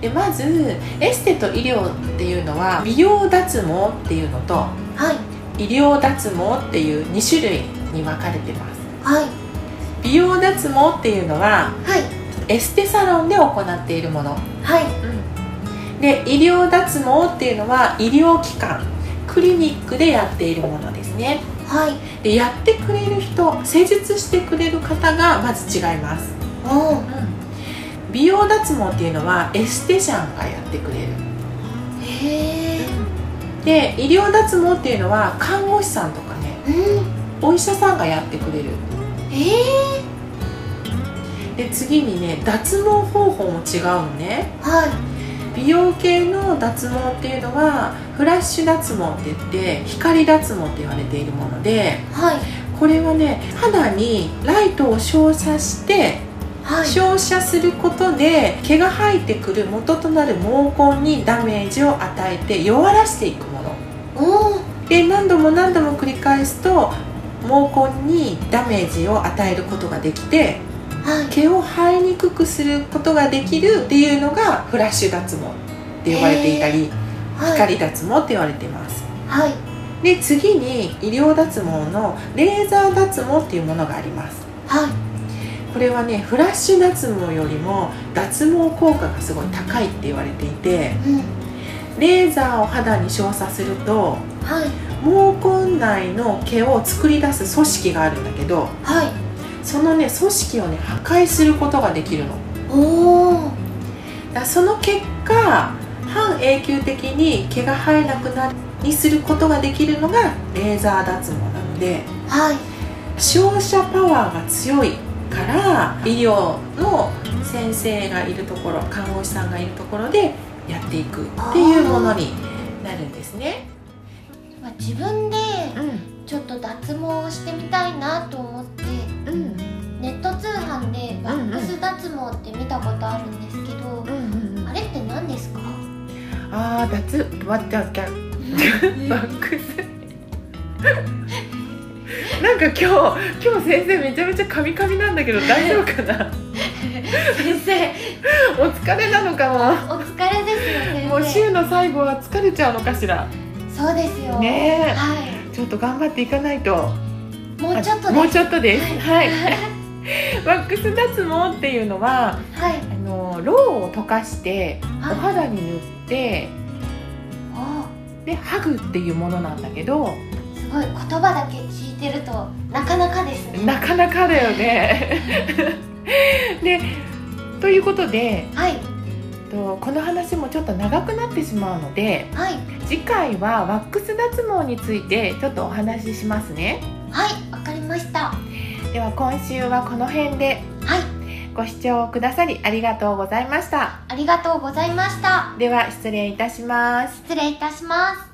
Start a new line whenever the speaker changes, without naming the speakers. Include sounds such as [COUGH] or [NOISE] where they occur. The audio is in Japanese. でまずエステと医療っていうのは美容脱毛っていうのと
はい
医療脱毛っていう2種類に分かれてます
はい
美容脱毛っていうのは
はい
エステサロンで行っているもの
はい
で医療脱毛っていうのは医療機関クリニックでやっているものですね
はい
でやってくれる人施術してくれる方がまず違います、
おー
美容脱毛っていうのはエステシャンがやってくれる
へえ
で医療脱毛っていうのは看護師さんとかね
うん
お医者さんがやってくれる
ええ
で次にね脱毛方法も違うのね
は
美容系の脱毛っていうのはフラッシュ脱毛って言って光脱毛って言われているもので
いはい
これはね肌にライトを照射して
はい
照射することで毛が生えてくる元となる毛根にダメージを与えて弱らしていくもの
おー
で何度も何度も繰り返すと毛根にダメージを与えることができて
はい
毛を生えにくくすることができるっていうのがフラッシュ脱毛って呼ばれていたり
はい
光脱毛って言われています
はい
で次に医療脱毛のレーザー脱毛っていうものがあります
はい
これはねフラッシュ脱毛よりも脱毛効果がすごい高いって言われていて
うん
レーザーを肌に照射すると
はい
毛根内の毛を作り出す組織があるんだけど
はい
そのね組織をね破壊することができるの
おー
だからその結果半永久的に毛が生えなくなるにすることができるのがレーザー脱毛なので
はい
照射パワーが強いから医療の先生がいるところ看護師さんがいるところでやっていくっていうものになるんですね。
まあ自分で
うん
ちょっと脱毛をしてみたいなと思って
うん
ネット通販でワックス脱毛って見たことあるんですけど、
うん
あれって何ですか
ああ脱待って待ってバックス [LAUGHS] なんか今日今日先生めちゃめちゃカミカミなんだけど大丈夫かな
先生
お疲れなのか
お疲れです
も
よ
もう
先
週の最後は疲れちゃうのかしら
生そうですよ、
ね
は
えちょっと頑張っていかないと
いもうちょっと
もう
です
ちょっと
[LAUGHS]
ですはいワックス脱毛っていうのは
はい
あのロウを溶かしてお
はい
肌に塗って
お
でハグっていうものなんだけど
ーすごい言葉だけ聞いてるとなかなかですね
なかなかだよねでということで
はい
とこの話もちょっと長くなってしまうので
はい
次回はワックス脱毛についてちょっとお話ししますね
はいわかりましたは
では今週はこの辺で
い
ご視聴くださりありがとうございました
ありがとうございました
では失礼いたします
失礼いたします